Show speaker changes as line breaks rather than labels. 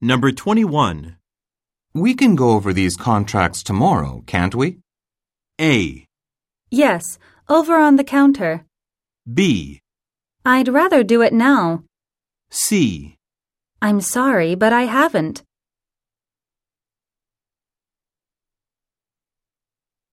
Number 21.
We can go over these contracts tomorrow, can't we?
A.
Yes, over on the counter.
B.
I'd rather do it now.
C.
I'm sorry, but I haven't.